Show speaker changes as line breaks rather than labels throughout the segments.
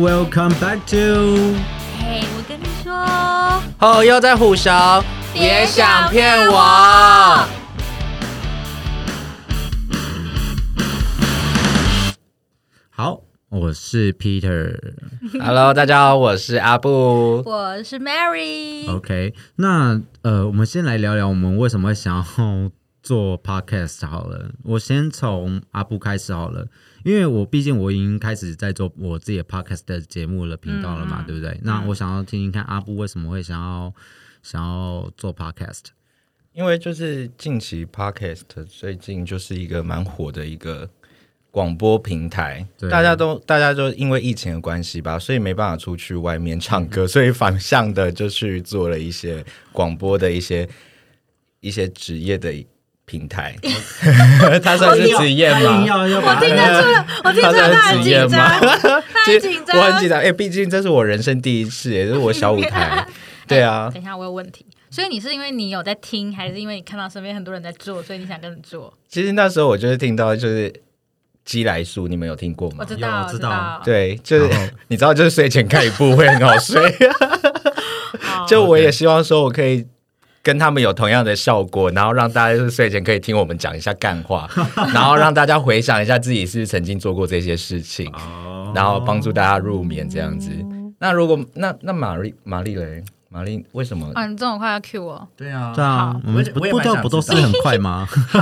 welcome back to。
嘿，我跟你说，
哦，又在虎啸，别想骗我！
好，我是 Peter。
Hello，大家好，我是阿布。
我是 Mary。
OK，那呃，我们先来聊聊我们为什么会想要做 podcast 好了。我先从阿布开始好了，因为我毕竟我已经开始在做我自己的 podcast 的节目了频道了嘛，
嗯嗯
对不对？那我想要听听看阿布为什么会想要想要做 podcast。
因为就是近期 Podcast 最近就是一个蛮火的一个广播平台
对，
大家都大家就因为疫情的关系吧，所以没办法出去外面唱歌，所以反向的就去做了一些广播的一些一些职业的平台，它算是职业
硬
吗？
要要
我
把
听得出来，我听得出来他很紧张，他很紧张。
我很紧张，哎、毕竟这是我人生第一次，也是我小舞 台，对啊，
等一下，我有问题。所以你是因为你有在听，还是因为你看到身边很多人在做，所以你想跟着做？
其实那时候我就是听到就是鸡来素，你们有听过
我
吗？
知道，
有
我
知
知
道
道。
对，就是
然后 哦
你知道，就是睡前看一部会很好 睡。
好，
就我也希望说我可以跟他们有同样的效果，然后让大家就是睡前可以听我们讲一下 干话，然后让大家回想一下自己是不是曾经做过这些事情，
哦
然后帮助大家入眠这样子。那如果那那玛丽玛丽嘞，玛丽为什么？
啊，你这么快要 cue 我？
对啊
对啊
好，
我们
我也
不
我也
步
蛮
骤
想
不都
知
是很快吗？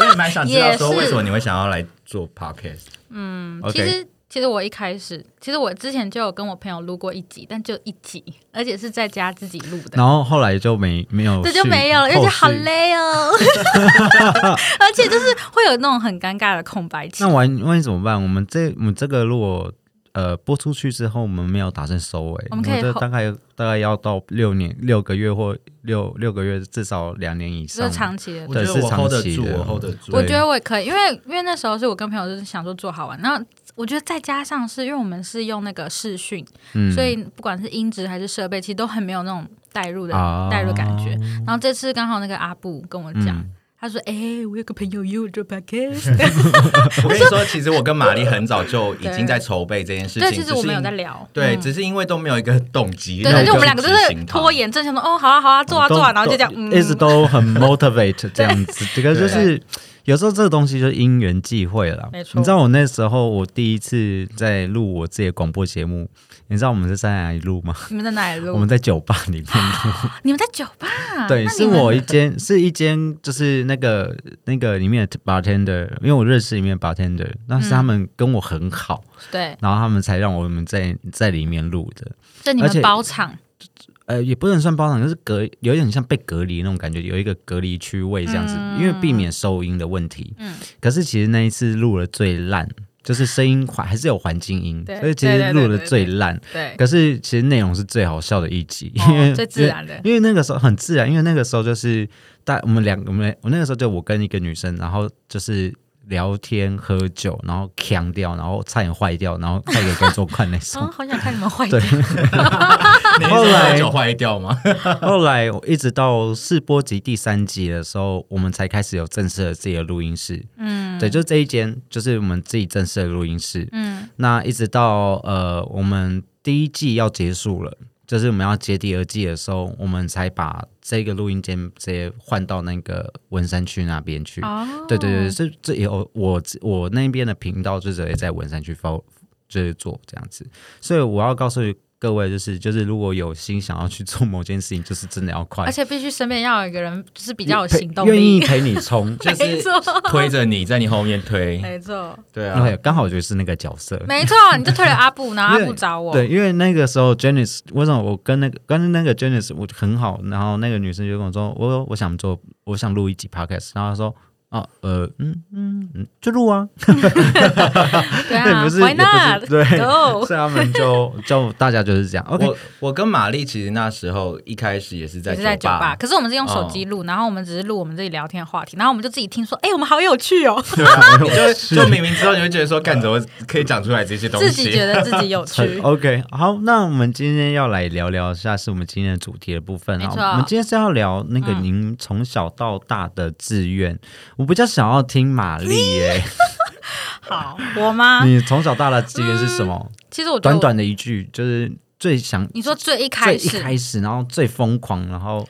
我也蛮想
知道说也是为什么
你会想要来做 podcast。
嗯
OK
其实其实我一开始，其实我之前就有跟我朋友录过一集，但就一集，而且是在家自己录的。
然后后来就没没有续，
这就没有了，而
后
且
续
好。累哦， 而且就是会有那种很尴尬的空白期
那。万万一怎么办？我们这我们这个如果呃播出去之后，我们没有打算收尾，
我们可以
这
后
大概大概要到六年六个月或六六个月，至少两年以
就是
上。
长期的。
我觉得我 hold 得住我 hold
得住
我觉得我也可以，因为因为那时候是我跟朋友就是想说做好玩，然后我觉得再加上是因为我们是用那个视讯，
嗯
所以不管是音质还是设备，其实都很没有那种代入的
啊
代入感觉。然后这次刚好那个阿布跟我讲，
嗯
他说：“哎、我有个朋友约我 做 podcast。
我跟你说，其实我跟玛丽很早就已经在筹备这件”事情，
对，其实我们有在聊，
对，
嗯
只是因为都没有一个动机，
对，
没
而
有一
且我们两个
执
就是
行它
拖。延症，想说哦，好啊，好啊，做啊，
都
做啊，然后就
都
这样，嗯，
一直都 很 motivate 这样子。这个就是有时候这个东西就是因缘际会了啦。
没错
你知道我那时候我第一次在录我自己的广播节目，你知道我们是在哪里录吗？
你们在哪里录？
我们在酒吧里面录。
你们在酒吧？
对，
啊那
是
你们
我一间，是一间，就是那个那个里面的 bartender，因为我认识里面的 bartender，那是
嗯
他们跟我很好，
对，
然后他们才让我们在在里面录的。
在你
而且
们包场，
呃，也不能算包场，就是隔有点像被隔离那种感觉，有一个隔离区位这样子，因为避免收音的问题。
嗯
可是其实那一次录了最烂，就是声音环还是有环境音，
对
所以其
对
实
对
录
对
的
对
最烂。
对，
可是其实内容是最好笑的一集，
哦
因为
最自然的
因为因为那个时候很自然，因为那个时候就是大我们两个我们我那个时候就我跟一个女生，然后就是聊天喝酒，然后呛掉，然后差点坏掉，然后差点跟做快那种
嗯，。好想看你们坏
对
掉。
你
后来
就坏掉 吗？
后来我一直到试播集第三集的时候，我们才开始有正式的自己的录音室。
嗯
对，就这一间，就是我们自己正式的录音室。
嗯，
那一直到呃，我们第一季要结束了，就是我们要接第二季的时候，我们才把这个录音间直接换到那个文山区那边去。
哦，
对对对，这这有我我那边的频道就直接在文山区发，就是做这样子。所以我要告诉各位，就是就是如果有心想要去做某件事情，就是真的要快，
而且必须身边要有一个人，就是比较有行动
愿意
力。
陪你冲。
就
没
是
错，
推着你在你后 面推，
没错，
对啊，
对，刚好我就是那个角色。
没错，你就推了阿布，然后阿布找我。
对，因为那个时候 Janice，为什么我跟那个跟那个 Janice 我很好，然后那个女生就跟我说，我说我想做，我想录一集 podcast，然后她说。啊，呃，嗯嗯嗯，就录啊，
对
对，
啊
不是，
，Why
也不
not
是，对，
go？
所以他们就就大家就是这 样。OK，。
我我跟玛丽其实那时候一开始也是在
也是在酒吧，可是我们是用手机录，然后我们只是录我们自己聊天的话题，然后我们就自己听说，哎，我们好有趣哦，
对啊，你就就明明知道，你会觉得说，干怎么可以讲出来这些东
自 己觉
西？
得自己有趣
OK，好， 那我们今天要来聊聊一下是我们今天的主题的部分
没
啊。
错
我们今天是要聊那个您从小到大的志愿。我比较想 要听玛丽耶，
好，我吗？
啊你从小到大的志愿是什么？
其实我觉得
短
我
短的一句，就是最想
你说最一开
最一
始
开始，然后最疯狂，然后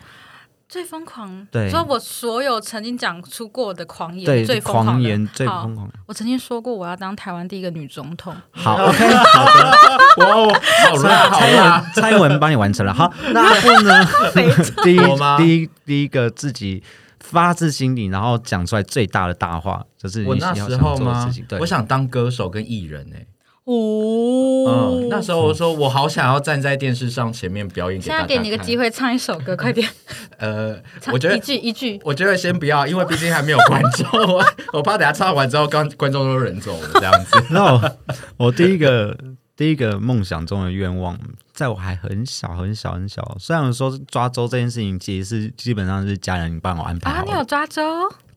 最疯狂，
对
你说我所有曾经讲出过的狂言，
对
最疯狂
狂
的
言最
好
疯狂。
我曾经说过我要当台湾第一个女总统，
好，OK，好的，
哇哦， 好辣好
蔡英
辣，
文蔡英文帮你完成了。好，那阿布呢？ 第一
我吗
第一第一个自己发自心里，然后讲出来最大的大话，就是
我
你
那
要想
时候
做的
吗
事情。？对，
我想当歌手跟艺人哎、
哦
嗯，那时候我说我好想要站在电视上前面表演给
现
大家
在
看。
给你一个机会唱一首歌，快点，
呃，
唱
我觉
一
得。
句一句，
我觉得先不要，因为毕竟还没有观 众，我我怕等下唱完之后，刚观众都忍走了这样子。
然后我第一个第一个梦想中的愿望，在我还很小很小很小，虽然说抓周这件事情其实是基本上是家人帮我安排
啊，
好
你
的，
有抓周？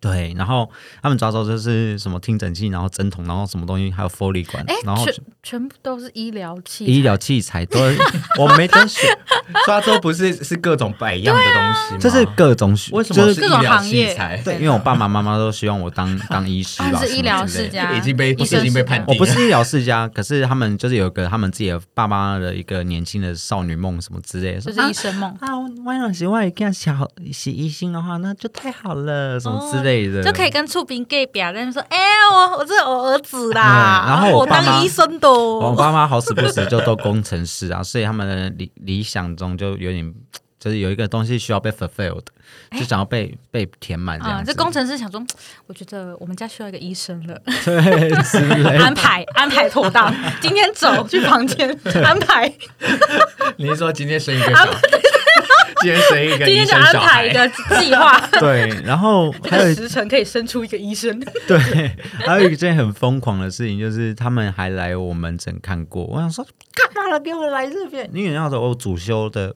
对，然后他们抓周就是什么听诊器，然后针筒，然后什么东西，还有 Foley 管
哎，，
然后
全全部都是医疗器材，
医疗器材都我没得 选，
抓周不是是各种百样的东西吗？
这是各种选，
为什
就
么
是
是
各
医
种
疗
行业
器材？
对，因为我爸爸妈妈都希望我 当当医师
啊，你
吧，
是医疗世家，
已经被
医生
已经被
世家
判定
我不是医疗世家，可是他们就是有个他们自己的爸妈的一个年轻的少女梦什么之类的，
就
说
是
啊
医生梦，
啊，万老师，我也跟小洗衣心的话，那就太好了，什么之类的，
就可以。跟触屏 gay 表在那边说，哎，我我这是我儿子啦，啊
嗯然后我
我
爸妈
当医生的哦，
我爸妈好死不死就都工程师啊，所以他们的理理想中就有点，就是有一个东西需要被 fulfilled，就想要被被填满这
啊、
样子。
这工程师想说，我觉得我们家需要一个医生了，
哎对之 类的
安排安排妥当，今天走去房间安排，
你是说今天生一个小？今天生一个
今天
医
就
生
安
小
排一
孩？
个计划，
对，然后还有一
时辰可以生出一个医生。
对，还有一件很疯狂的事情，就是他们还来我门诊看过。我想说，干嘛了？给我来这边？因为那时候我主修的，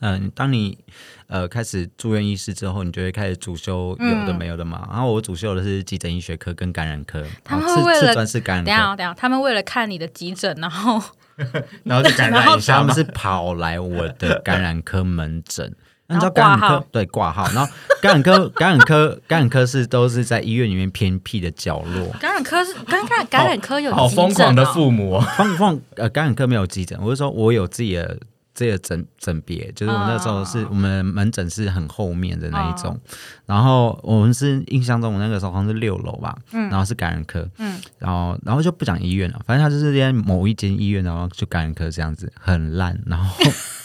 嗯、当你呃开始住院医师之后，你就会开始主修有
嗯
的没有的嘛。然后我主修的是急诊医学科跟感染科，
他们
然后
会为
次
了
次专是感
等一下
染
哦，
科。
等一下，他们为了看你的急诊，然后
然后就感染一下
他
吗
们
哦
是跑来我的感染科门诊，那你知道感染
然后
科
挂号
对挂号，然后感染科感染科感染科是都是在医院里面偏僻的角落，
感染科是感染感染科有急诊、哦、
好疯狂的父母哦！
放放呃感染科没有急诊，我是说我有自己的自己的诊诊别，就是我那时候是、
哦
我们门诊是很后面的那一种，然后我们是印象中我那个时候好像是六楼吧，然后是感染科，
嗯
然后然后就不讲医院了，反正他就是在某一间医院，然后就感染科这样子，很烂，然后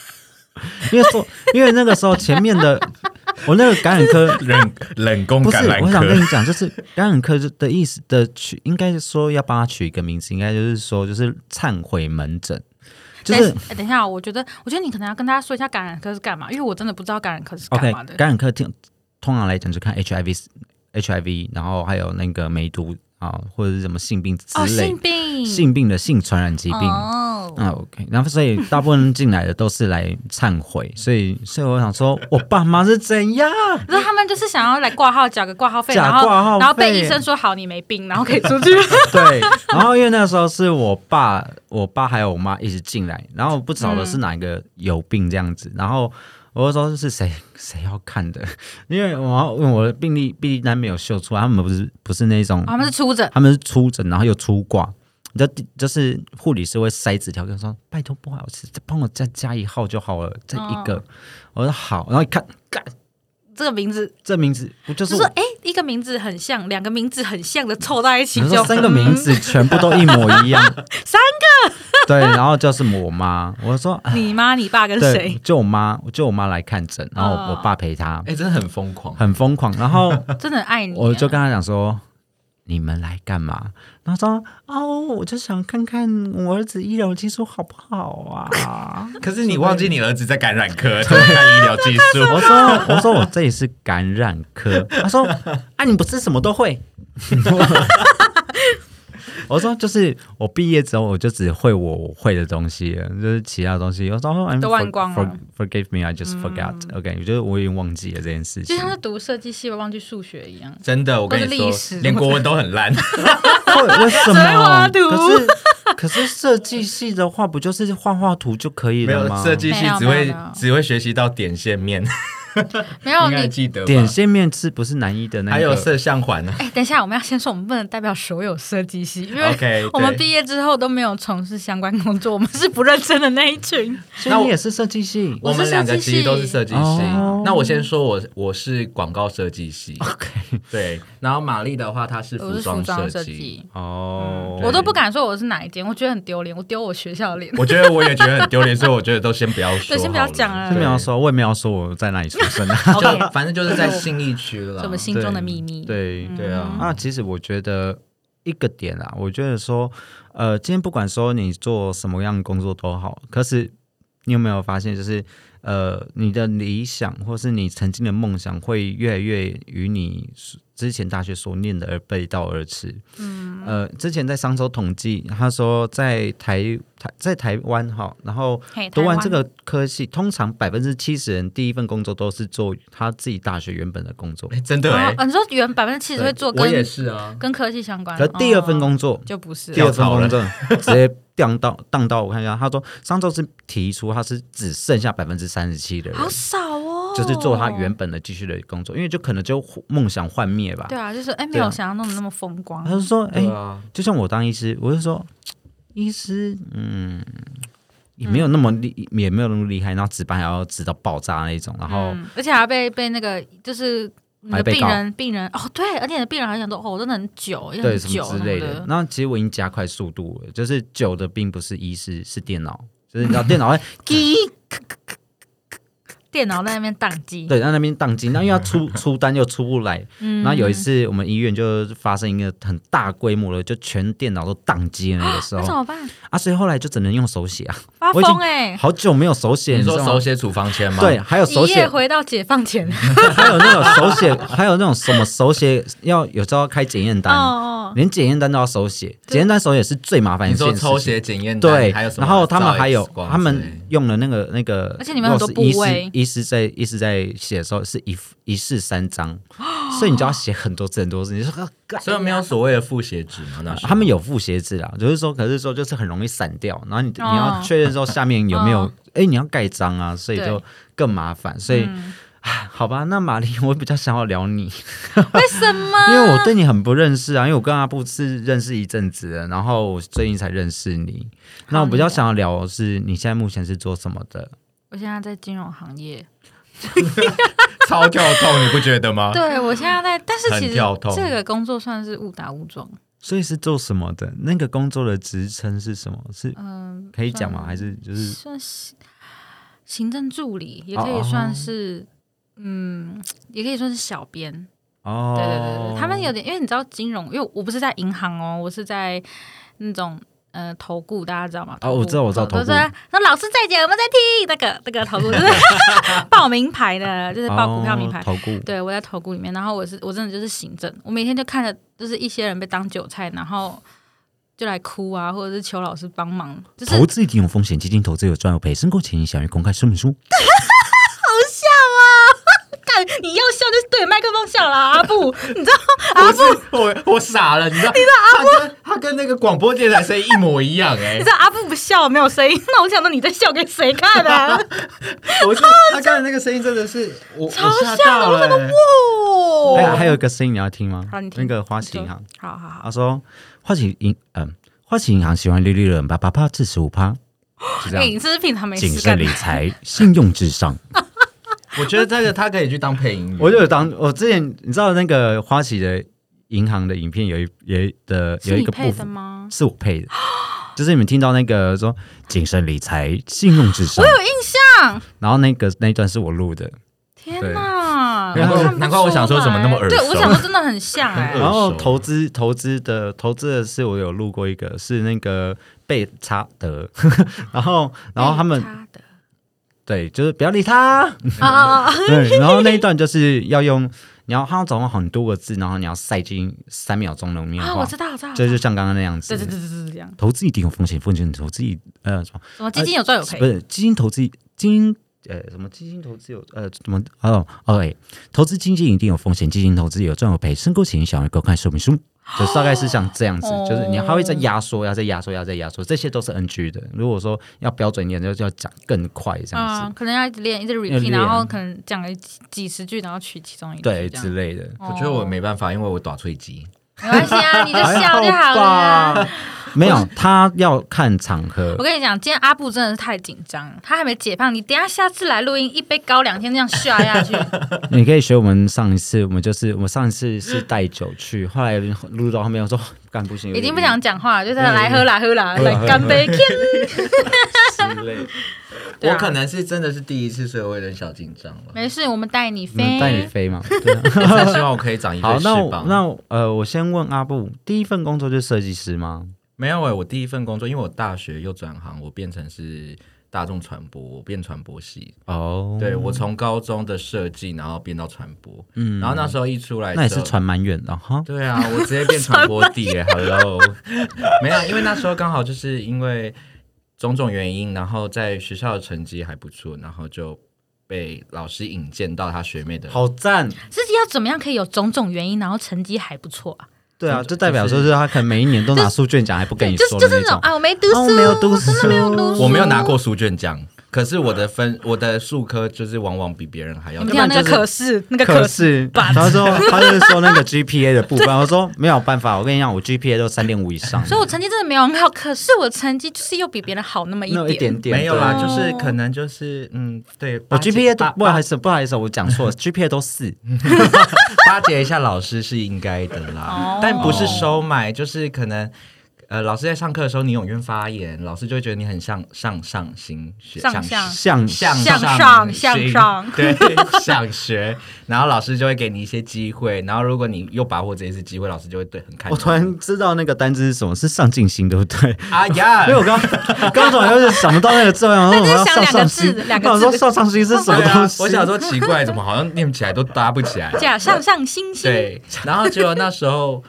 因为说因为那个时候前面的 我那个感染科
冷冷宫
不是
感，染
我想跟
科
你讲，就是感染科的意思的取，应该是说要帮他取一个名字，应该就是说就是忏悔门诊，就是
等等一下哦，我觉得，我觉得你可能要跟大家说一下感染科是干嘛，因为我真的不知道感染科是干
OK
嘛的。
感染科听通常来讲就看 HIV HIV，然后还有那个梅毒啊或者是什么性病之
哦，
类、
性病，
性病的性传染疾病。
哦，
啊，OK，然后所以大部分进来的都是来忏悔，所以所以我想说，我爸妈是怎样？
那他们就是想要来挂号，缴个挂号费，
假
然后
挂号费
然后被医生说好你没病，然后可以 出去。
对，然后因为那时候是我爸、我爸还有我妈一直进来，然后不晓得是哪一个有病这样子，然后我就说是谁谁要看的， 因为我要问我的病历病历单没有秀出来，他们不是不是那种，
他们是出诊，
他们是出诊，然后又出挂。就就是护理师会塞纸条跟我说：“拜托不好意思，再帮我再加一号就好了，再一个。我说：“好。”然后一看，干，
这个名字
这名字不就是
就
我
是哎，一个名字很像，两个名字很像的凑在一起
你
就
说三个名字全部都一模一样，三个 对，然后就是我妈，我说啊
嗯，你妈、你爸跟
对
谁？，
就我妈，就我妈来看诊，然后
哦
我爸陪她，
哎，真的很疯狂。
很疯狂，然后
真的很爱你。啊
我就跟她讲说。你们来干嘛？然后说哦，我就想看看我儿子医疗技术好不好啊？
可是你忘记你儿子在感染科，他在看医疗技术。
我说我说我这里是感染 科，他说啊你不是什么都会， 我说就是我毕业之后我就只会我会的东西了，就是其他东西。我说哦 I'm
都忘光了嗯
for, forgive me, I just forgot、OK，我觉得我已经忘记了这件事情
就。像是读设计系忘记数学一样，
真的，我跟
都
你
是历
说
史，
连国文都很烂。
为为 什
只会画
么？
图
可是可是设计系的话，不就是画画图就可以
没
了
有
吗？
设计系
没有
只
没有
会
没有
只会学习到点线面，
没有
应该
哦
还
你。
记得吧
点线面吃不是南一的那个，
还有摄像环啊呢、
哎，等一下，我们要先说，我们不能代表所有设计系，因为
OK，对
我们毕业之后都没有从事相关工作，我们是不认真的那一群。
所以你也是设计系
我们两个其实都是设计
我是
师
设计系哦。
那我先说我，我是广告设计系，
，OK，
对。然后玛丽的话，她是
我
服
是服
装
装
设计。
计，
哦，
嗯我都不敢说我是哪一间，我觉得很丢脸，我丢我学校的脸。
我觉得我也觉得很丢脸，所以我觉得都先不要说好了，
对先不要讲了
是没有说，我也没有说我在哪里出生啊。
就反正就是在信义区了。
是我们 心中的秘密。，嗯
对
对啊，
那其实我觉得一个点啦，我觉得说，呃，今天不管说你做什么样的工作都好，可是你有没有发现，就是呃，你的理想或是你曾经的梦想，会越来越与你之前大学所念的而背道而驰。嗯，呃，之前在商周统计，他说在台台在台湾哈，然后
嘿
读完
台湾
这个科系，通常百分之七十人第一份工作都是做他自己大学原本的工作。
哎真的
然
哎
后、啊，你说原百分之七十会做
我也
跟
是啊，
跟科技相关，
可第二份
哦
工作，
就不是
第二份工作直接荡到荡到，我看一下，他说上周是提出他是只剩下百分之三十七的人
好，少哦，
就是做他原本的继续的工作，因为就可能就梦想幻灭吧。
对啊，就是哎，没
对啊
有想象中的那么风光
他。就说，哎、
对啊，
就像我当医师，我就说医师，嗯。也没有那么厉，也没有那么厉害，然后值班还要值到爆炸那一种，然后
嗯，而且还被被那个就是你
还
的
被
病
告
人病人哦，对，而且你的病人还想说哦，我真的很久，也
对
很
什么
久
之
什
类
么
的
的。。
那其实我已经加快速度了，就是久的并不是医师，是电脑，就是你知道电 脑会叽
电脑在那边宕机，
对，在那边宕机，那因为要出出单又出不来，
嗯
然后有一次我们医院就发生一个很大规模的，就全电脑都宕机的那个时
那怎
候
么办？
啊，所以后来就只能用手写啊，
发
我已经
疯哎！
好久没有手写，
你说
知道吗
手写处方签吗？
对，，还有手
一夜
写，
回到解放前，
还有那种手写，还有那种什么手写，要有时候要开检验
哦
单，
哦，
连检验单都要手写，检验单手写是最麻烦
你
的一件
说
事情。
抽血检验单
对，
还有什么？
然后他们还有
照 X 光
他
之类
们
的
用了那个那个，
而且你们很多
如果是医
部
师
位
医师在医师在写的时候是一一式三 章，所以你就要写很多字很多字。你说，啊干
所以没有所谓的复写纸嘛？那时候
他们有附写字啊，就是说，可是说就是很容易散掉，然后你、你
哦
要确 认说下面有没有
嗯，
哎、你要盖章啊，所以就
对
更麻烦。所以、
嗯
唉好吧，那玛丽，我比较想要聊你，
为什么？
因为我对你很不认识啊，因为我跟阿布是认识一阵子了，然后我最近才认识你。那我比较想要聊的是，你现在目前是做什么的？
我现在在金融行业，
超跳痛，你不觉得
啊
吗？
对我现在在，但是其
很
实
跳痛
这个工作算是误打误撞，
所以是做什么的？那个工作的职称是什么？是
嗯，
可以讲吗？
算
还是就是
算是行政助理，也
哦
可以
哦
算是，嗯，也可以算是小编。
哦？
对对对对，他们有点，因为你知道金融，因为我不是在银行哦，我是在那种。呃，投顾大家知道吗？
哦我知道我知道
投
投顾
就是啊那老师在讲，我们在听那个那个投 顾，就是 报名牌的，就是报股票名牌
哦。投顾。
对，我在投顾里面，然后我是我真的就是行政，我每天就看着就是一些人被当韭菜，然后就来哭啊，或者是求老师帮忙，就是
投资一定有风险，基金投资有赚有赔，申购前应详阅公开说明书。
啊 干你要笑就是对着麦克风笑啦，阿布，你知道
不是，我我傻了，你知道？你他跟他跟那个广播电台声音一模一样哎
你知，道阿布不笑没有声音，那我想说你在笑给谁看啊？
我是他刚才那个声音真的是我
超
我吓
像
到了欸。
哦
哎还有还有一个声音你要听吗？
好你听
那个花旗银行，
好好好
他，说花旗银嗯，花旗银行喜欢利率人八八趴至十 五趴，就这
哎、你
样。
是不是平常没
谨
事
慎
干
理？财，信用至 上。
我觉得这个他可以去当配音员，
我就有当我之前你知道那个花旗的银行的影片有一有一的有
是
一
你
个部
配的
分
吗？
是我配 的，就是你们听到那个说谨慎理财，信用至上，
有印象，
然后那个那一段是我录的，
天哪！
难怪
我看不
难怪我想说
出
怎么那么
来
耳
对，
熟
我想说真的很像哎、
很耳
然后
熟
投资投资的投资的是我有录过一个是那个贝查德， 然后然后他们
被插的
对就是不要理他，
啊啊啊！
对，然后那一段就是要用你要他要总共很多个字，然后你要塞进三秒钟里面
啊，
话，
我知道，我知道，我知
这
道
就像刚刚那样
对对
子。
对对对对，这样。
投资一定有风险，风险投资一呃什么
什么基金有赚有
不
赔？
是基金投资基金。呃，什么基金投资有呃什么哦哦哎，投资经济一定有风险，基金投资有赚有赔，申购前请详阅公开说明书。就是大概是像这样子，
哦
就是你还会再压缩，要再压缩，要再压缩，这些都是 NG 的。如果说要标准一点，就就要讲更快这样子，
啊，可能要一直练，一直
要
repeat，
练
然后可能讲个几几十句，然后取其中一句，
对
这
之
样
类的。
我觉得我没办法，因为我打脆鸡。
没关系啊，你就 笑就好了啊。
吧，没有，他要看场合
我。跟你讲，今天阿布真的是太紧张了，他还没解放。你等一下下次来录音，一杯高两天这样下下去，
你可以学我们上一次，我们就是我们上一次是带酒去，后来录到后面我说干不行，有
已
点
经不想讲话了，就是来喝啦喝啦，
喝啦
来
喝啦
干杯！
之类的。
对啊
我可能是真的是第一次，所以我有点小紧 张了。
没事，我们带你
我们带你
飞。
飞 嘛？对啊。
我希望我可以长一对
好，
翅
那我
膀。
那我呃，我先问阿布，第一份工作就是设计师吗？
没有哎、我第一份工作，因为我大学又转行，我变成是大众传播，我变传播系。
哦，
对我从高中的设计，然后变到传播，
嗯
然后那时候一出来，
那也是。传蛮远的哈。
对啊， 我直接变传播帝耶，Hello，没有，因为那时候刚好就是因为种种原因，然后在学校的成绩还不错，然后就被老师引荐到他学妹的
好赞！
自己要怎么样可以有种种原因，然后成绩还不错啊？
对啊，就代表说是他可能每一年都拿书卷奖，还不跟你
就
说
就
的
是
那
那
种。
种啊，我没读
哦
书，
没有读书
我真的没有读书，
我
哦
没有拿。过书卷奖，可是我的分，我的数科就是往往比别人还要
你们。听到那个可是那个
可
是，
是他说他就是说那个 GPA 的 部分，我说没有办法，我跟你讲，我 GPA 都三点五以上，
所以我成绩真的没有很好，可是我成绩就是又比别人好那么
那有一点点
没有啦，
嗯
啊
对哦
就是可能就是嗯，对，
我
巴结
GPA 都
巴
不好意思，不好意思，我讲错 了，GPA 都四。
嗯
巴结一下老师是应该的
哦
啦，但不是收买，就是可能。呃，老师在上课的时候，你踊跃发言，老师就会觉得你很上上上心学
上上
像
向
向
上
上
向
心
上
对，想学，然后老师就会给你一些机会，然后如果你又把握这一次机会，老师就会对很开心。
我突然知道那个单字是什么，是上进心，对不对？
哎呀
因为，我刚刚刚突然就是想不到那个字，我想说我要上上心，
那就是想
我
两个字两个字
想说上上心是什么
对
东
啊
西？
我想说奇怪，怎么好像念起来都搭不起来。
假上上星星，
对， 然后结果那时候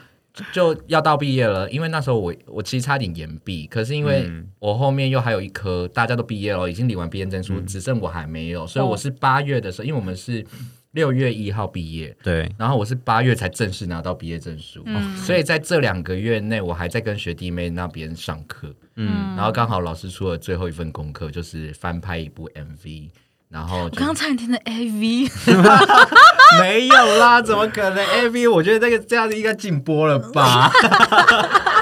就要到毕业了，因为那时候我我其实差点延毕，可是因为
嗯
我后面又还有一科，大家都毕业了，已经领完毕业证
嗯
书，只剩我还没有，
哦
所以我是八月的时候，因为我们是六月一号毕业。
对，
然后我是八月才正式拿到毕业证书，哦
嗯
所以在这两个月内，我还在跟学弟妹那边上课，
嗯
然后刚好老师出了最后一份功课，就是翻拍一部 MV，然后
我
就
刚刚差点听成 A V，
没有啦，怎么可能？A V，我觉得这个这样子应该禁播了吧？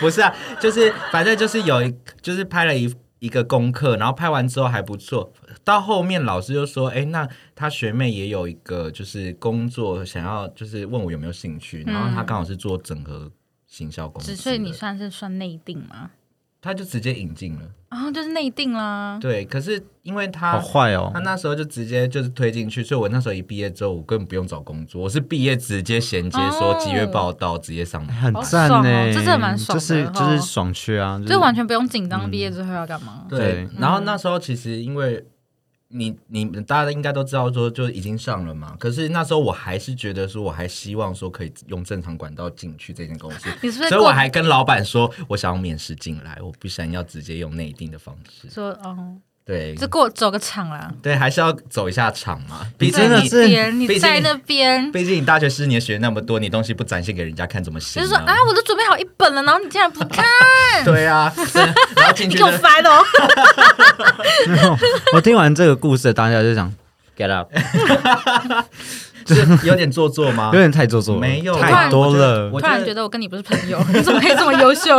不是啊，就是反正就是有一就是拍了一一个功课，然后拍完之后还不错。到后面老师就说：“哎、那他学妹也有一个就是工作，想要就是问我有没有兴趣。”然后他刚好是做整合行销公司
嗯只
的，
所以你算是算内定吗？
他就直接引进了。
啊、就是内定啦。
对，可是因为他
好坏哦
他，那时候就直接就是推进去，所以我那时候一毕业之后，我根本不用找工作，我是毕业直接衔接说
哦
几月报到，直接上班。
很赞
好爽
呢
哦，这真的蛮爽
就
的
是
哦
就是爽缺啊，就
就是完全不用紧
嗯
张，毕业之后要干嘛？
对嗯
然后那时候其实因为你你们大家应该都知道说就已经上了嘛，可是那时候我还是觉得说我还希望说可以用正常管道进去这间公 司。
你是不是
所以
过
我还跟老板说，我想要面试进来，我不想要直接用内定的方式。
说哦，
对
就过走个场啦？
对，还是要走一下场嘛。
你
毕竟
真的
你
是
边你
毕竟
在那边，
毕竟你大学四年学那么多，你东西不展现给人家看怎么行、
就是说啊，我都准备好一本了，然后你竟然不 看，
对啊，然后进
你给
去就
我翻哦！
我听完这个故事的当下就想 get up，
啊是有点做作吗
有？点太做作了，
没有
太多了
我
突
觉得
然觉得我跟你不是朋友， 你怎么可以这么优秀？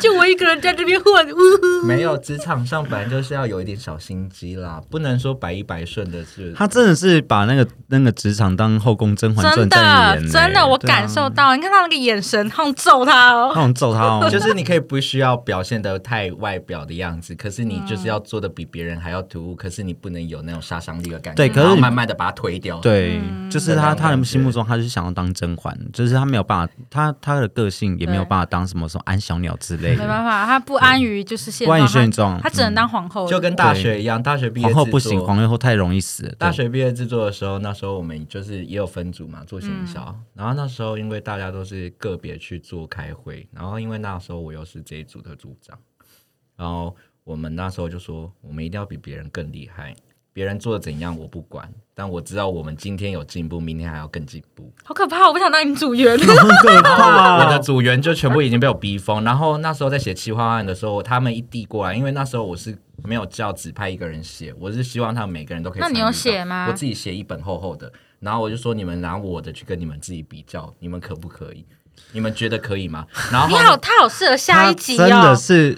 就我一个人在这边混，呜呼
没有，职场上本来就是要有一点小心机啦，不能说百依百顺的是。
他真的是把那个那个职场当后宫《甄嬛传
真》
在
的
演呢，
真的，我
对啊
感受到，你看他那个眼神，好揍他
那
哦。
种揍他哦，
就是你可以不需要表现的太外表的样子，可是你就是要做的比别人还要突兀，可是你不能有那种杀伤力的感觉，
对可是
然后
你
慢慢的把它推掉。，
对，
嗯
就是
那
他
种
他的
感
心目
觉
中，他就是想要当甄嬛，就是他没有办法，他他的个性也没有
对
办法当什么什么安小鸟之类
没
的，
办法，他不安于就是现
不安于现
状，
状
他，他只能当皇后，
就跟大学一样，大学毕业
皇后
制
不行，
作
皇后太容易死了。
大
对
学毕业制作的时候，那时候我们就是也有分组嘛，做行销。然后那时候因为大家都是个别去做开会，然后因为那时候我又是这一组的组长，然后我们那时候就说，我们一定要比别人更厉害，别人做的怎样我不管，但我知道我们今天有进步，明天还要更进步。
好可怕！我不想当你们 组员。
好可
我的
怕！哦
组员就全部已经被我逼疯。然后那时候在写企划案的时候，他们一递过来，因为那时候我是没有叫只派一个人写，我是希望他们每个人都可以
那
参与
你
到。
有写吗
我自己写一本厚厚的，然后我就说你们拿我的去跟你们自己比较，你们可不可以？你们觉得可以吗？然后
你
后面
好，他好适合下一集
真的
哦。
是，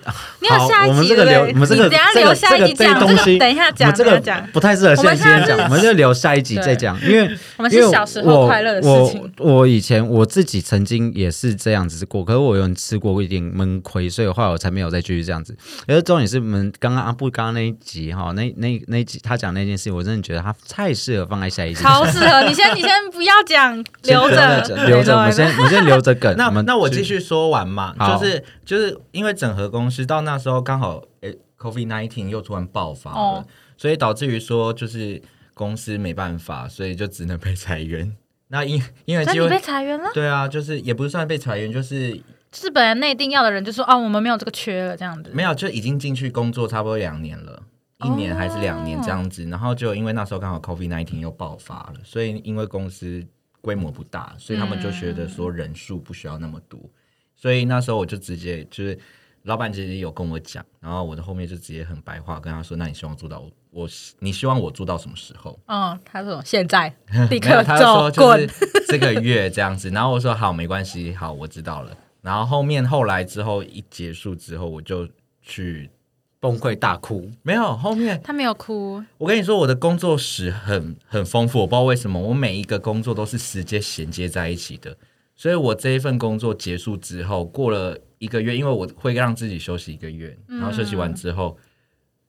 你有
好
下一集
我们这个
对
留，
不对
我们这个
你等一下
这
留
个
下一
这
集
个这个
讲
东
这
西，
个等一下讲
我们这
等一下
个
讲
不太适合
我们
现在今天
现在
讲，我们就留下一集再讲，因为
我们
因为
是小时候
我
快乐的
我
事情。
我以前我自己曾经也是这样子过，可是我有吃过一点闷亏，所以后来我才没有再继续这样子。而重点是我们刚刚阿布刚刚那一集哈，那那那一集他讲那件事，我真的觉得他太适合放在下一 集。
超适合你先，你先不要讲，留着，
留着，我们先我们先留着梗。
那
们
那我继续说完嘛，
好
就是就是因为整合公司到那时候刚好诶，COVID nineteen 又突然爆发了，
哦
所以导致于说就是公司没办法，所以就只能被裁员。那因因为
那
机
你被
会
裁员了，
对啊，就是也不是算被裁员，就是
就是本来内定要的人就说哦，我们没有这个缺了，这样子。
没有就已经进去工作差不多两年了。一年还是两年这样子，然后就因为那时候刚好 COVID nineteen 又爆发了，所以因为公司规模不大，所以他们就觉得
嗯
说人数不需要那么多，所以那时候我就直接就是老板其实有跟我讲，然后我的后面就直接很白话跟他说，那你希望做到我我你希望我做到什么时候？
嗯，他说现 在立
没有，
刻
他就
走
说就
滚
是，这个月这样子，然后我说好，没关系，好，我知道了。然后后面后来之后一结束之后，我就去
崩溃大哭，
没有后面，
他没有哭，
我跟你说我的工作史很很丰富，我不知道为什么我每一个工作都是直接衔接在一起的，所以我这一份工作结束之后，过了一个月，因为我会让自己休息一个月，
嗯
然后休息完之后，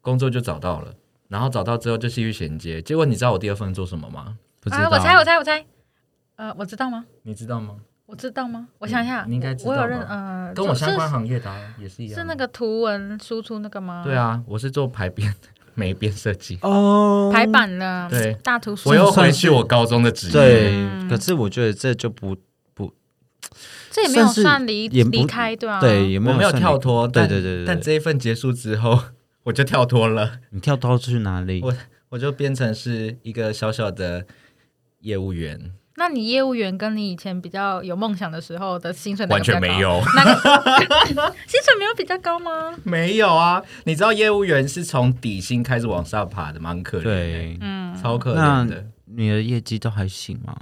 工作就找到了。然后找到之后就继续衔接，结果你知道我第二份做什么吗？
不知
啊，
道。
我猜，我猜，我猜，呃，我知道吗？
你知道吗？
我知道吗？我想一下，
你应该知道
我
吧
有认，呃，
跟我
是
相关行业的啊、也是一样啊。
是那个图文输出那个吗？
对，啊，我是做排 编、美编设计。
哦
排版的，
对
大图书
我，又回去我高中的职业，
对，
嗯
可是我觉得这就不
这也没有
算是
算离
也不
离开，对啊，
对，也没
我没有
算
跳脱。
对
但
对对对
但
对，
这一份结束之后， 我就跳脱了，
你跳脱去哪里？
我我就变成是一个小小的业务员，
那你业务员跟你以前比较有梦想的时候的薪水哪个
完
比较
全
高
没，有，
那个薪水没有比较高吗？
没有啊！你知道业务员是从底薪开始往上爬的吗，蛮可怜的，
对，
嗯，
超可
那
怜的。
你的业绩都还行吗？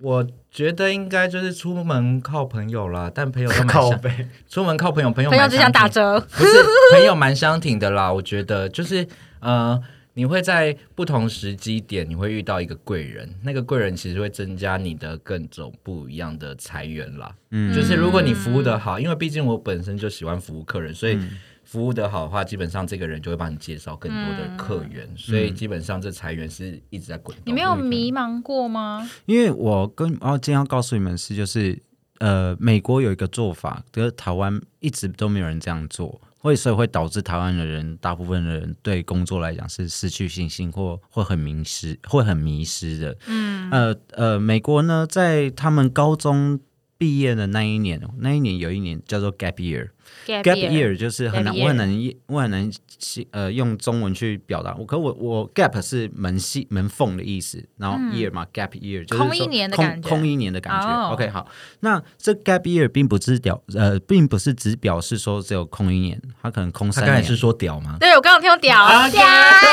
我觉得应该就是出门靠朋友啦，但朋友都蛮想
背，
出门靠朋友，朋友
朋友
蛮
只想
相
打
挺
折，
不是 朋友蛮相挺的啦，我觉得就是呃，你会在不同时机点，你会遇到一个贵人，那个贵人其实会增加你的各种不一样的财源啦。
嗯
就是如果你服务的好，因为毕竟我本身就喜欢服务客人，所以
嗯
服务的好的话，基本上这个人就会帮你介绍更多的客源，所以基本上这财源是一直在滚动。
嗯你没有迷茫过吗？
因为我跟哦，今天要告诉你们是就是呃，美国有一个做法，可是台湾一直都没有人这样做，会所以会导致台湾的人大部分的人对工作来讲是失去信心或会很迷失，会很迷失的。嗯，呃呃，美国呢，在他们高中。毕业的那一年，那一年有一年叫做 gap year，
gap
gap year 就是很
Gap
难，
year
我很难，我很难去呃用中文去表达。我可我我 gap 是门隙门缝的意思，然后 year 嘛、gap year 就是
嗯空一
说
年的
空
感觉
空一年的感觉。
哦
OK，好，那这 gap year 并不是表呃，并不是只表示说只有空一年，它可能空
他
三
刚才
年。
是说屌吗？
对我刚刚听到屌屌，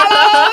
啊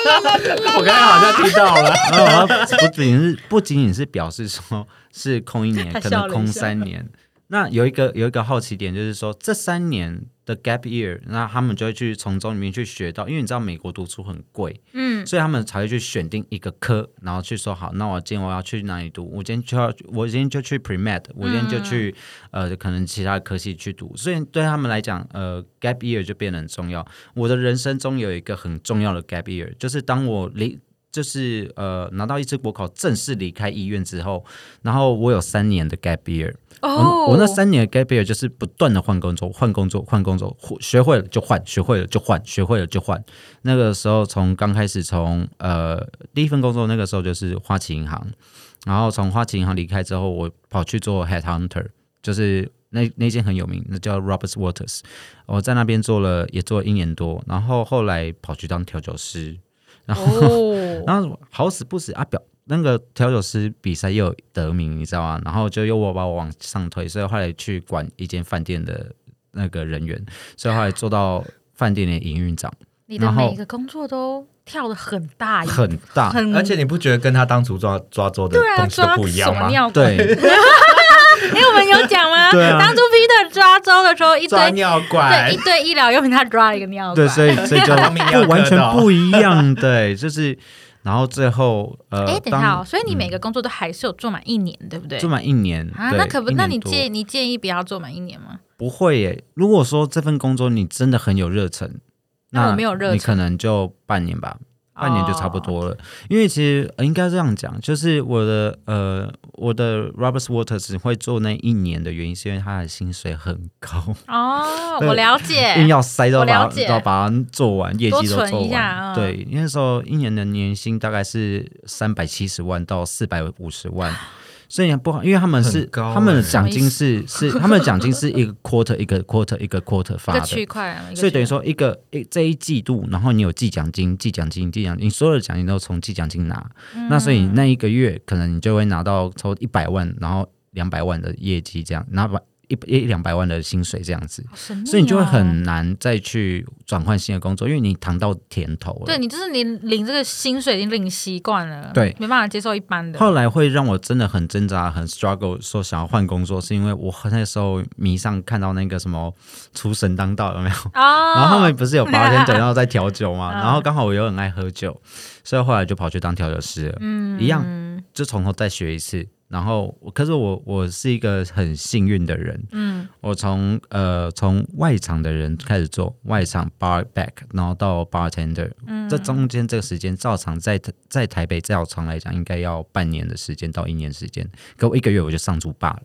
我刚才好像听到了。
呃不仅是不仅仅是表示说是空一年，
他
可
笑了
能
一
空
下
三年。那有一个有一个好奇点，就是说这三年的 gap year，那他们就会去从中里面去学到，因为你知道美国读书很贵，
嗯，
所以他们才会去选定一个科，然后去说好，那我今天我要去哪里读？我今天就要，我今天就去 pre med，我今天就去、呃，可能其他科系去读。所以对他们来讲，呃，gap year 就变得很重要。我的人生中有一个很重要的 gap year，就是当我离。就是呃，拿到一次国考，正式离开医院之后，然后我有三年的 gap year，
哦
我，我那三年的 gap year 就是不断的换工作，换工作，换工作，或学会了就换，学会了就换，学会了就换。那个时候从刚开始从呃第一份工作，那个时候就是花旗银行，然后从花旗银行离开之后，我跑去做 head hunter，就是那那间很有名，那叫 Robert Waters，我在那边做了也做了一年多，然后后来跑去当调酒师。然后、
哦，
然后好死不死啊，表那个调酒师比赛又有得名，你知道吗？然后就又我把我往上推，所以后来去管一间饭店的那个人员，所以后来做到饭店的营 运长，
你的
然后
每一个工作都跳的很大，
很大，
很
而且你不觉得跟他当初抓抓周的
对啊，
东西都
抓
不一样
什么
吗？
尿哦管？
对，
因为我们有讲吗？
对啊
当初 Peter 抓周的时候，一
抓
堆
尿管
对一，堆医疗用品，他抓了一个尿管
对，。所以所以 就
泌尿
不完
科
全
的哦
不一样，对，就是然后最后呃，
哎，等一下哦，
当
所以你每个工作都还是有做满一年，对不对？
做满一年
啊，
对
那可不，
一
那
年
你
多
建你建议不要做满一年吗？
不会耶？如果说这份工作你真的很有热忱，
那我没有热
你
忱哦
可能就半年吧，半年就差不多了。因为其实、呃应该这样讲，就是我的呃，我的 Robert Waters 会做那一年的原因，是因为他的薪水很高，
哦，
对
我了
硬
解。
要塞到
我了
把
解
到把它做完，业绩都
多
做
存一
完。
下嗯
对，那时候一年的年薪大概是三百七十万到四百五十 万。所以不好，因为他们是、
很高欸
他们的奖金 是是他们的奖金是一个 quarter 一个 quarter 一个 quarter
一
发
个
的，
区块啊，一个
所以等于
区块
说一个一这一季度，然后你有季奖金、季奖金、季奖金，你所有的奖金都从季奖金拿。
嗯
那所以你那一个月可能你就会拿到超一百万，然后两百万的业绩这样，拿把一一两百万的薪水这样子，
好神秘哦
所以你就会很难再去转换新的工作，因为你尝到甜头了。
对你就是你领这个薪水已经领习惯了，
对
没办法接受一般的。
后来会让我真的很挣扎、很 struggle，说想要换工作，是因为我那时候迷上看到那个什么“厨神当道”有没有？
哦，
然后他们不是有八天酒，然后在调酒嘛，
嗯
然后刚好我又很爱喝酒，所以后来就跑去当调酒师了，
嗯
一样就从头再学一次。然后我，可是我我是一个很幸运的人，
嗯，
我从呃从外场的人开始做外场 bar back，然后到 bartender，、这中间这个时间照常在在台北照常来讲应该要半年的时间到一年时间，可我一个月我就上主霸了。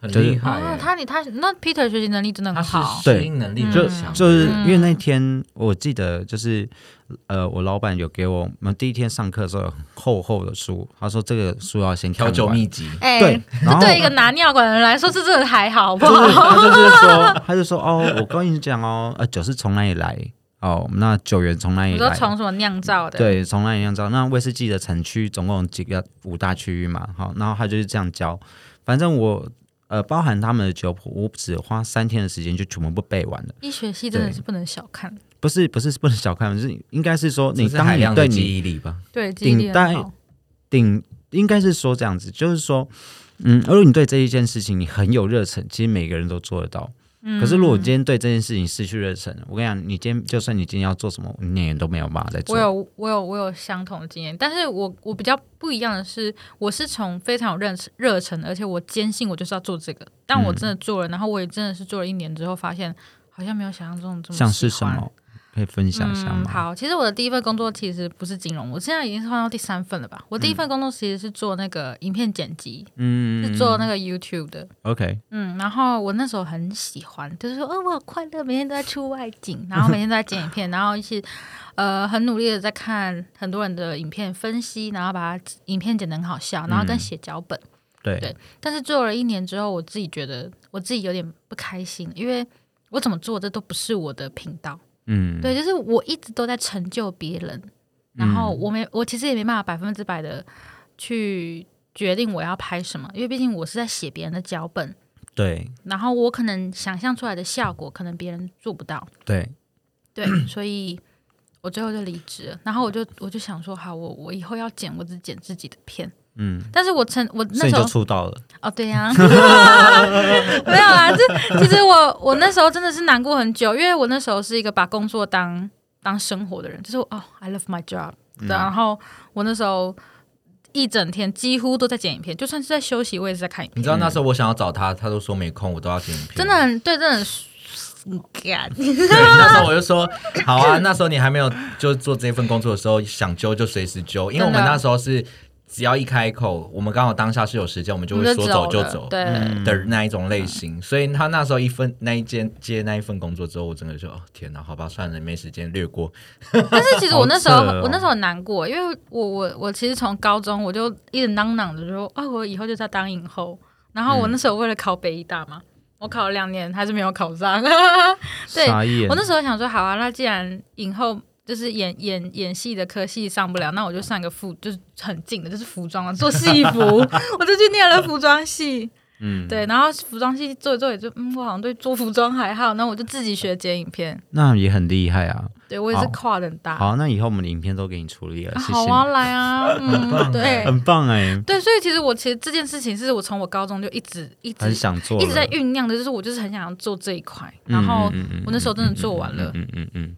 很
就是
厉害
哦，
耶。
他你他那 Peter 学习能力真的
他
很好
是，适应能力
就
很强，
就是因为那天我记得就是，呃，我老板有给我我们第一天上课的时候有厚厚的书，他说这个书要先看
调
完
酒秘籍。
哎，
对，然
这
后
对一个拿尿管的人来说，这真的还好，好不
就是
好？
他就是说，他就说哦，我跟你讲哦，呃，酒是从哪里来哦，那酒源从哪里
你说
来？
从什么酿造的？，
对，从那一样招。那威士忌的产区总共有几个五大区域嘛？好，然后他就是这样教。反正我呃，包含他们的酒谱，我只花三天的时间就全部背完了。
医学系真的是不能小看，
不是不是不能小看，就是应该是说你
这是
当
海
你
量
对
的
你
记忆力吧，
对，记忆力很
顶
好
戴。顶，应该是说这样子，就是说，嗯，如果你对这一件事情你很有热忱，其实每个人都做得到。可是如
嗯
果你今天对这件事情失去热忱，我跟你讲，你今天就算你今天要做什么，你也都没有办法再做
我。有我有我有相同的经验，但是我我比较不一样的是，我是从非常有热忱热忱，而且我坚信我就是要做这个，但
嗯
我真的做了，然后我也真的是做了一年之后，发现好像没有想象中这么
像是
喜
什
欢
么可以分享一下
嗯，
吗？
好，其实我的第一份工作其实不是金融，我现在已经是换到第三份了吧？我第一份工作其实是做那个影片剪辑，
嗯，
是做那个 YouTube 的。
OK，
嗯，然后我那时候很喜欢，就是说，哦，我好快乐，每天都在出外景，然后每天都在剪 影片，然后一起，呃，很努力的在看很多人的影片分析，然后把它影片剪得很好笑，然后
嗯
跟写脚本。
对
对但是做了一年之后，我自己觉得我自己有点不开心，因为我怎么做这都不是我的频道。
嗯，
对，就是我一直都在成就别人，然后
嗯
我没，我其实也没办法百分之百的去决定我要拍什么，因为毕竟我是在写别人的脚本，
对
然后我可能想象出来的效果，可能别人做不到，
对，
对，所以我最后就离职了，然后我就我就想说，好，我我以后要剪，我只剪自己的片，
嗯，
但是我成我
所
那
以
时
你
候
就出道了。
哦，对呀、没有啦，这其实我我那时候真的是难过很久，因为我那时候是一个把工作当当生活的人，就是我哦，I love my job，、然
嗯
后我那时候一整天几乎都在剪影片，就算是在休息，我也是在看影
你
片，
知道那时候我想要找他，他都说没空，我都要剪影片。
真的很对，真的很嗯干。
对，那时候我就说，好啊，那时候你还没有就做这份工作的时候，想揪就随时揪，因为我们
真的
那时候是只要一开口，我们刚好当下是有时间，我们就
我
会
们
说
走
走就
了
走
对，
的那一种类型。所以他那时候一份那一间接那一份工作之后，我整个就哦天哪，好吧，算了，没时间略过。
但是其实我那时候
好扯哦
我那时候很难过，因为我我我其实从高中我就一直嚷嚷着说，啊，我以后就是要当影后。然后我
嗯
那时候为了考北医大嘛，我考了 两年还是没有考上。对
傻眼
我那时候想说，好啊，那既然影后就是演演演戏的科系上不了，那我就上一个服，就是很近的，就是服装啊，做戏服， 我就去念了服装系。嗯，对，然后服装系做一做也就，嗯，我好像对做服装还好，那我就自己学剪影片，
那也很厉害啊。
对我也是
好
跨的很大。
好，那以后我们的影片都给你处理了，
啊
谢
好啊，
谢
来啊，嗯，对
你，很棒 哎，
对，所以其实我其实这件事情是我从我高中就一直一直
很想做了，
一直在酝酿的，就是我就是很想要做这一块，
嗯，
然后
嗯嗯嗯
我那时候真的做完了，
嗯嗯嗯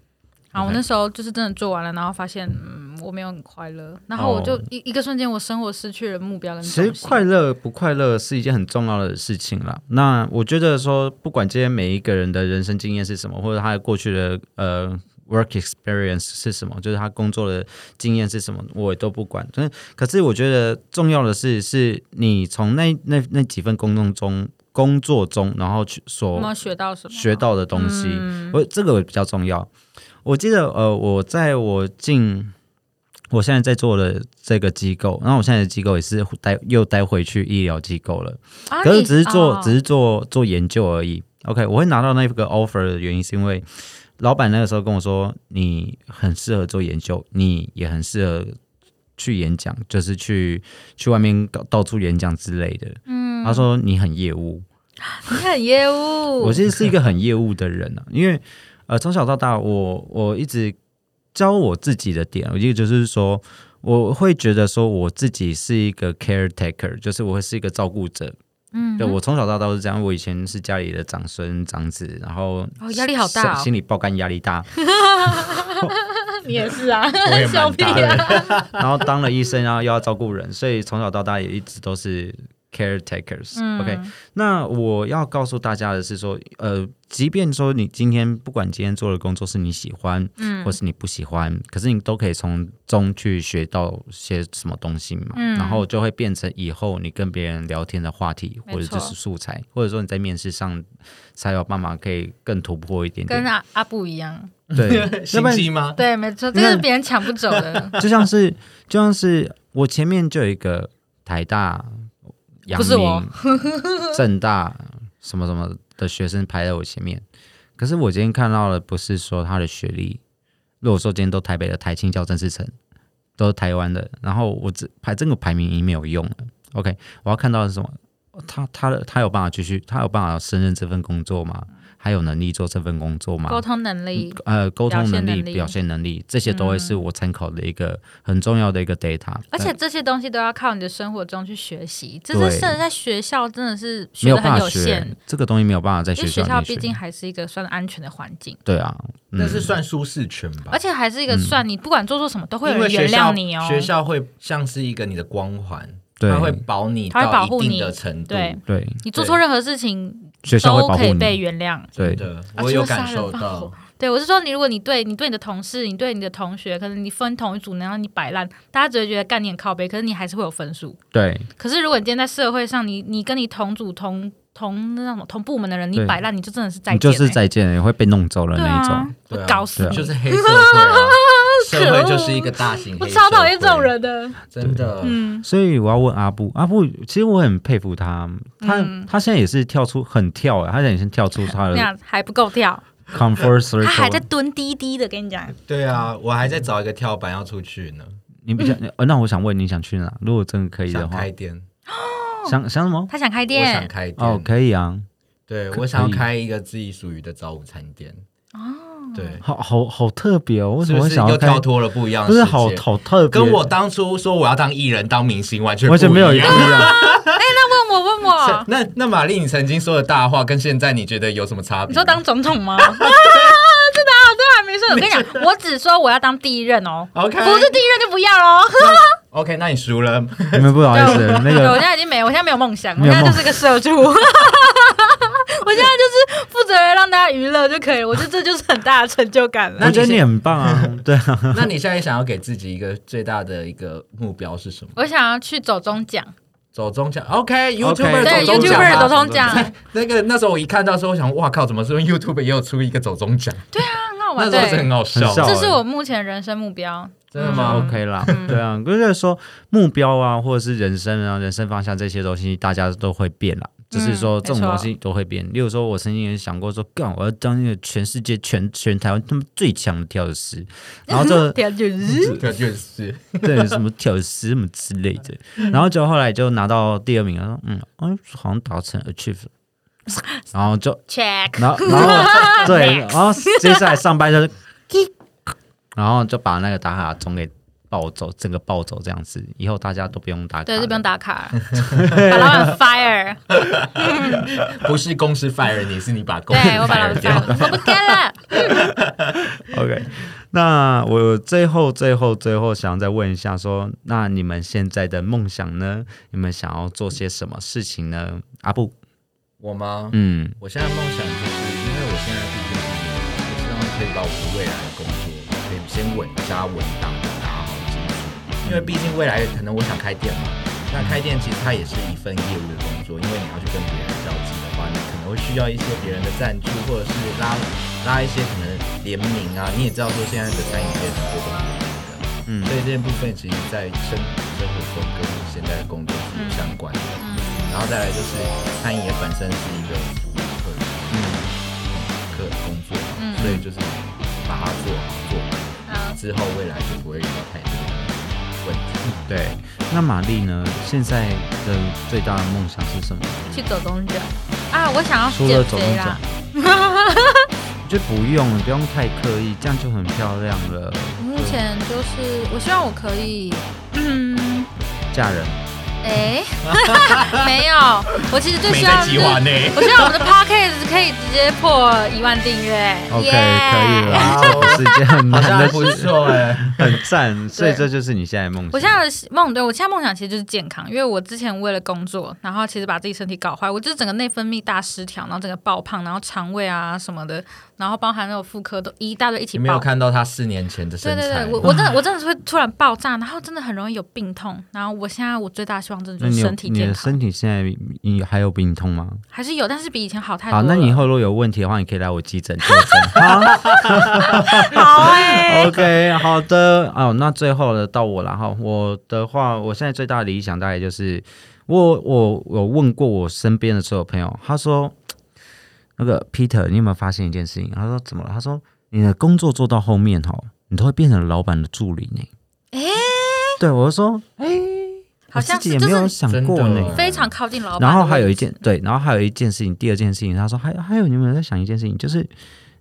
然后我那时候就是真的做完了，然后发现嗯我没有很快乐，然后我就
哦
一、一个瞬间我生活失去了目标
嗯，
跟
其
重
实
心。
快乐不快乐是一件很重要的事情啦。那我觉得说，不管今天每一个人的人生经验是什么，或者他过去的呃 work experience 是什么，就是他工作的经验是什么，我也都不管。但可是我觉得重要的是，是你从那那那几份工作中工作中，然后去
有
所
没有学到什么？
学到的东西，
嗯
我这个比较重要。我记得呃，我在我进我现在在做的这个机构，然后我现在的机构也是待又待回去医疗机构了，
啊，
可是
你
只是做、
哦
只是做做研究而已。OK，我会拿到那个 offer 的原因是因为老板那个时候跟我说，你很适合做研究，你也很适合去演讲，就是去去外面到到处演讲之类的。嗯，他说你很业务，
你很业务，
我其实是一个很业务的人啊，因为呃，从小到大我，我一直教我自己的点，我一个就是说，我会觉得说我自己是一个 caretaker，就是我会是一个照顾者。
嗯
对我从小到大都是这样，我以前是家里的长孙长子，然后
哦压力好大哦
心心里爆肝压力大，
你也是啊
我 也，蛮
小屁
大
啊，
然后当了医生，然后又要照顾人，所以从小到大也一直都是 caretakers。
嗯
OK，那我要告诉大家的是说，呃，即便说你今天不管今天做的工作是你喜欢，
嗯
或是你不喜欢，可是你都可以从中去学到些什么东西嘛，
嗯
然后就会变成以后你跟别人聊天的话题，
没
或者
错
就是素材，或者说你在面试上才有办法可以更突破一点
跟
点。
阿阿布一样，
对，要
心
不然
机吗？
对，没错，这个是别人抢不走 的，
就像是就像是我前面就有一个台大、阳
不是我
明、正大什么什么的学生排在我前面，可是我今天看到的不是说他的学历，如果说今天都台北的台青教郑世成，都是台湾的，然后我只排这个排名已经没有用了。OK，我要看到的是什么？他他的他有办法继续，他有办法胜任这份工作吗？还有能力做这份工作吗？
沟通能力，
呃，沟通能力、
表现能力
表现能力，这些都会是我参考的一个很重要的一个 data。
而且这些东西都要靠你的生活中去学习，这是
对
甚至在学校真的是
没
学
有
的
办
很
法
有限
学，这个东西没有办法在
因
学
为学
里
校
面
毕
学。
竟还是一个算安全的环境，
对啊，
那
嗯
是算舒适圈吧
而。且还是一个算你不管做错什么都会有
因为
人
学
原
校
谅你哦。
学校会像是一个你的光环，
对
它会保你
它会
到
保护
一定
你
的程度。
对
对
你做错任何事情
学校会
都
保
可以
护
被
你，
原谅。
对
的，
啊
我有
除了
感
杀
受
人放
到
火。对我是说，你如果你对你对你的同事，你对你的同学，可能你分同一组，然后你摆烂，大家只会觉得干你很靠背，可是你还是会有分数。
对
可是如果你今天在社会上，你你跟你同组同同那种同部门的人，你
对
摆烂，你就真的是再
你
见、
就是
欸
再见了，也会被弄走了
对
那一
啊
种。，
对啊
我搞死你！
就 是黑社会啊，社会就是一个大
啊
型
我
黑
超
社
讨厌这种
会，
人的，
真的。
嗯，
所以我要问阿布，阿布，其实我很佩服他，他、他现在也是跳出很跳欸，他现在已经跳出他
嗯那
的
样还不够跳，
comfort
他还在
circle。
蹲低低的，跟你讲。
对啊，我还在找一个跳板要出去呢，
嗯
你比较、呃那我想问你想去哪？如果真的可以的
想
话
开，店，
想想什么？
他想开
我想
店，
开店。
哦，可以啊，
对
可
我想要
可以
开一个自己属于的早午餐店。哦，对，
好好好特别哦，为什
是
么
不
会
是
想要
又
开
跳脱了不一样的
不
世
是
界？
好好特别，
跟我当初说我要当艺人、当明星完全
完全
不
没有一
一样。
样。
哎问我问我，
那那玛丽，你曾经说的大话跟现在你觉得有什么差别？
你说当总统 吗？啊，真的啊，我都还没说。我跟你讲，我只说我要当第一任哦，
OK
不是第一任就不要喽。
OK，那你输了。
你们不好意思，那
对，我
个
现在已经没有，我现在没有梦想，我
没有
现在
梦
就是个社畜。 我现在就是负责让大家娱乐就可以了，我觉得这就是很大的成就感了
我。觉得你很棒啊，
嗯
对啊，
那你现在想要给自己一个最大的一个目标是什么？
我想要去走中奖，
走中奖，OK，YouTuber、
对
走中奖
啊
，YouTuber
嘛
走中 奖，
那个那时候我一看到时候，我想，哇靠，怎么说 YouTube 也有出一个走中奖？
很好
那
玩。
时候是
哦对，
很好笑，
很笑欸
这是我目前人生目标。
真的
嗯
吗？
？OK 啦，对啊，就是说目标啊，或者是人生啊、人生方向这些东西，大家都会变啦。就是说这种
嗯没错
东西都会变。例如说，我曾经也想过说，干，我要当一个全世界全全台湾他们最强的调酒师，然后这 嗯
天就是
对，就是
对什么调酒师什么之类的，
嗯
然后就后来就拿到第二名，然后嗯，哎，好像达成 achieve，了然后 就
check，
然后然 后对，然后接下来上班就是，然后就把那个打卡钟给抱走，整个抱走这样子，以后大家都不用打卡，
对，就不用。打卡， 把老板 fire，
不是公司 fire 你，是你把公司
对我把老
fire
板
掉。
fire，我不干了。
OK，那我最后最后最后想再问一下说那你们现在的梦想呢？你们想要做些什么事情呢？阿布，
我吗？
嗯，
我现在梦想就是，因为我现在毕竟我希望可以把我的未来的工作可以先稳扎稳打的打好基础，因为毕竟未来可能我想开店嘛，那开店其实它也是一份业务的工作，因为你要去跟别人交际的话，你可能会需要一些别人的赞助，或者是拉拉一些可能联名啊，你也知道说现在的餐饮业很多都是联名的，嗯，所以这些部分其实在生生活中跟我现在的工作是有相关的。然后再来就是餐饮业本身是一个服务客人嗯客的工作嘛，
嗯
所以就是把它做好做好
好
之后，未来就不会遇到太多的问题。
对。那玛丽呢？现在的最大的梦想是什么？
去走中奖啊！我想要
除了
减
走
肥
动
啦
奖。，就不用不用太刻意，这样就很漂亮了。
目前就是我希望我可以，嗯，
嫁人，
哎、 没有，我其实最希望是
没在计划内
我希望我们的 podcast 可以直接破一万订阅
OK，
耶
可以了，
哇哦
这不是这样
好
难
像还
的
不
事，
错哎、
很赞。所以这就是你现在的梦想。
我现在的梦，对我现在梦想其实就是健康，因为我之前为了工作，然后其实把自己身体搞坏，我就是整个内分泌大失调，然后整个爆胖，然后肠胃啊什么的，然后包含那种妇科都一大堆一起
你没有
爆。
看到他四年前的身
对对
材
对，我我真的我真的是会突然爆炸，然后真的很容易有病痛，然后我现在我最大的希望真的
那
就
你
是
有
身体
你
健
的
康，
身体现在你还有病痛吗？
还是有，但是比以前好太多
好，
了。
那你以后如果有问题的话，你可以来我急诊就诊。好
好哎、
，OK，好的。哦，那最后了，到我了哈。我的话，我现在最大的理想大概就是，我我我问过我身边的所有朋友，他说，那个 Peter，你有没有发现一件事情？他说怎么了？他说你的工作做到后面哈，你都会变成老板的助理呢。
诶
对，我就说，哎、
好像
我自己
是
也
就
没有
是
想
真
过
的哦
呢。
非常靠近老板的位置。
然后还有一件对，然后还有一件事情，第二件事情，他说还还有你们在想一件事情，就是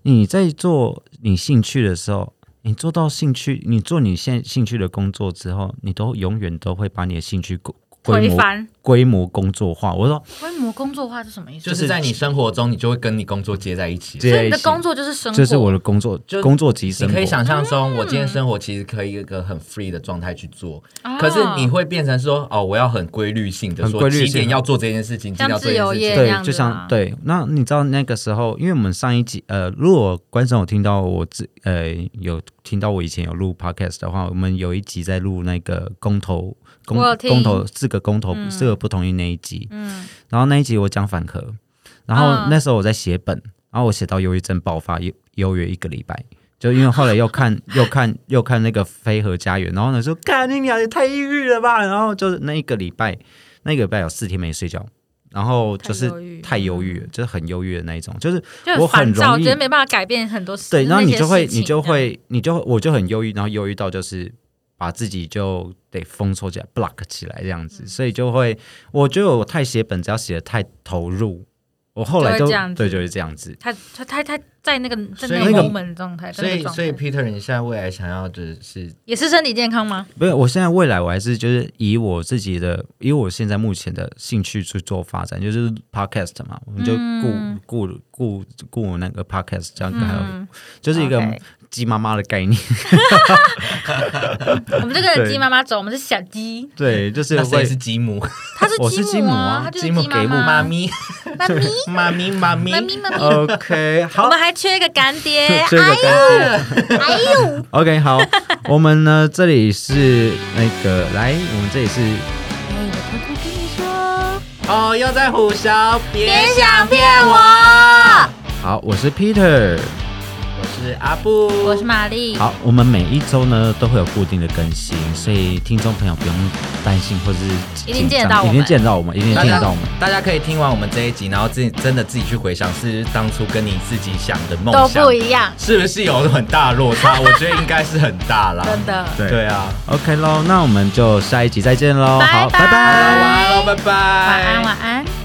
你在做你兴趣的时候，你做到兴趣，你做你现兴趣的工作之后，你都永远都会把你的兴趣规规
回
模
翻
规模工作化。我说
规模工作化是什么意思？
就是在你生活中，你就会跟你工作接在一起。
直
所以
接
你的
一起
工作就是生活，
就是我的工作
就，
工作及
你
生活
可以想
嗯
象中，我今天生活其实可以一个很 free 的状态去做，
啊
可是你会变成说，哦，我要很规律性的
很
说
规律性
几点要做这件事情，几点要做这
像
件
自
事
由业这
情。
对，
样
就
子啦
像对，那你知道那个时候，因为我们上一集呃，如果观众有听到我之呃有听到我以前有录 podcast 的话，我们有一集在录那个公投公
我有听
公投四个公投、四个不同意那一集，
嗯
然后那一集我讲反核，然
嗯
后那时候我在写本，然后我写到忧郁症爆发，忧忧郁一个礼拜。就因为后来又看 又看又看那个《飞鹤家园》，然后呢说：“干你俩也太抑郁了吧！”然后就是那一个礼拜，那一个礼拜有四天没睡觉，然后就是
太忧郁嗯
太忧郁了，就是很忧郁的那一种，就是
就
我
很
很
烦躁，
容易
觉得没办法改变很多事。
对，然后
那
你
些
就会
事情
你就会你就我就很忧郁，然后忧郁到就是把自己就得封锁起来，block 起来这样
嗯
子，所以就会我觉得我太写本，只要写的太投入，我后来就
就会这样子
对就是这样子。
他他他他在那个在
所以
那
那
个
个
moment 状态，
所
在那
以
个，状态
所以 Peter，你现在未来想要的是
也是身体健康 吗？
不是，我现在未来我还是就是以我自己的，以我现在目前的兴趣去做发展，就是 podcast 嘛，我们就
嗯
顾顾顾顾那个 podcast 这样，还有
嗯，
就是一个
OK
鸡妈妈的概念，
我们这个
对
鸡妈妈走，我们是小 鸡，
对，就是
那谁
会
是吉姆？
它是
我是
鸡
鸡母
啊
啊，
它就是
吉姆
鸡妈
给木
妈
妈，咪，
妈咪
妈咪，妈咪
妈。咪妈咪，
OK 好
我。们还缺一个干爹，
这呃个
哎
感觉。OK，好，哎我们呢这里是那个来，我们这里是
哦，又在虎啸，别
别想骗我。
好，我是 Peter，
我是是阿布，
我是玛丽，
好，我们每一周呢都会有固定的更新，所以听众朋友不用担心或是
一定
紧张
见得到
一
我们
定见得到我们，一定
大
见
家
得到我们。
大家可以听完我们这一集，然后自己真的自己去回想，是不是当初跟你自己想的梦
都
想
不一样，
是不是有很大的落 差？我觉得应该是很大啦。
真的。
对
对啊，
，OK 喽，那我们就下一集再见喽。好，
拜拜
拜
啊好，晚安喽，拜拜，
晚安，晚安。